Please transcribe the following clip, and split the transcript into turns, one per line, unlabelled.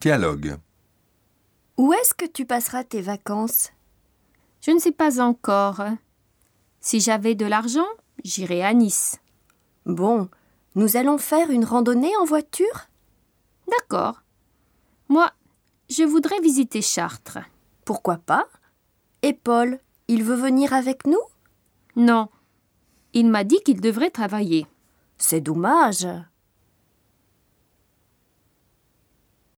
Dialogue.
Où est-ce que tu passeras tes vacances
Je ne sais pas encore. Si j'avais de l'argent, j'irais à Nice.
Bon, nous allons faire une randonnée en voiture
D'accord. Moi, je voudrais visiter Chartres.
Pourquoi pas Et Paul, il veut venir avec nous
Non. Il m'a dit qu'il devrait travailler.
C'est dommage.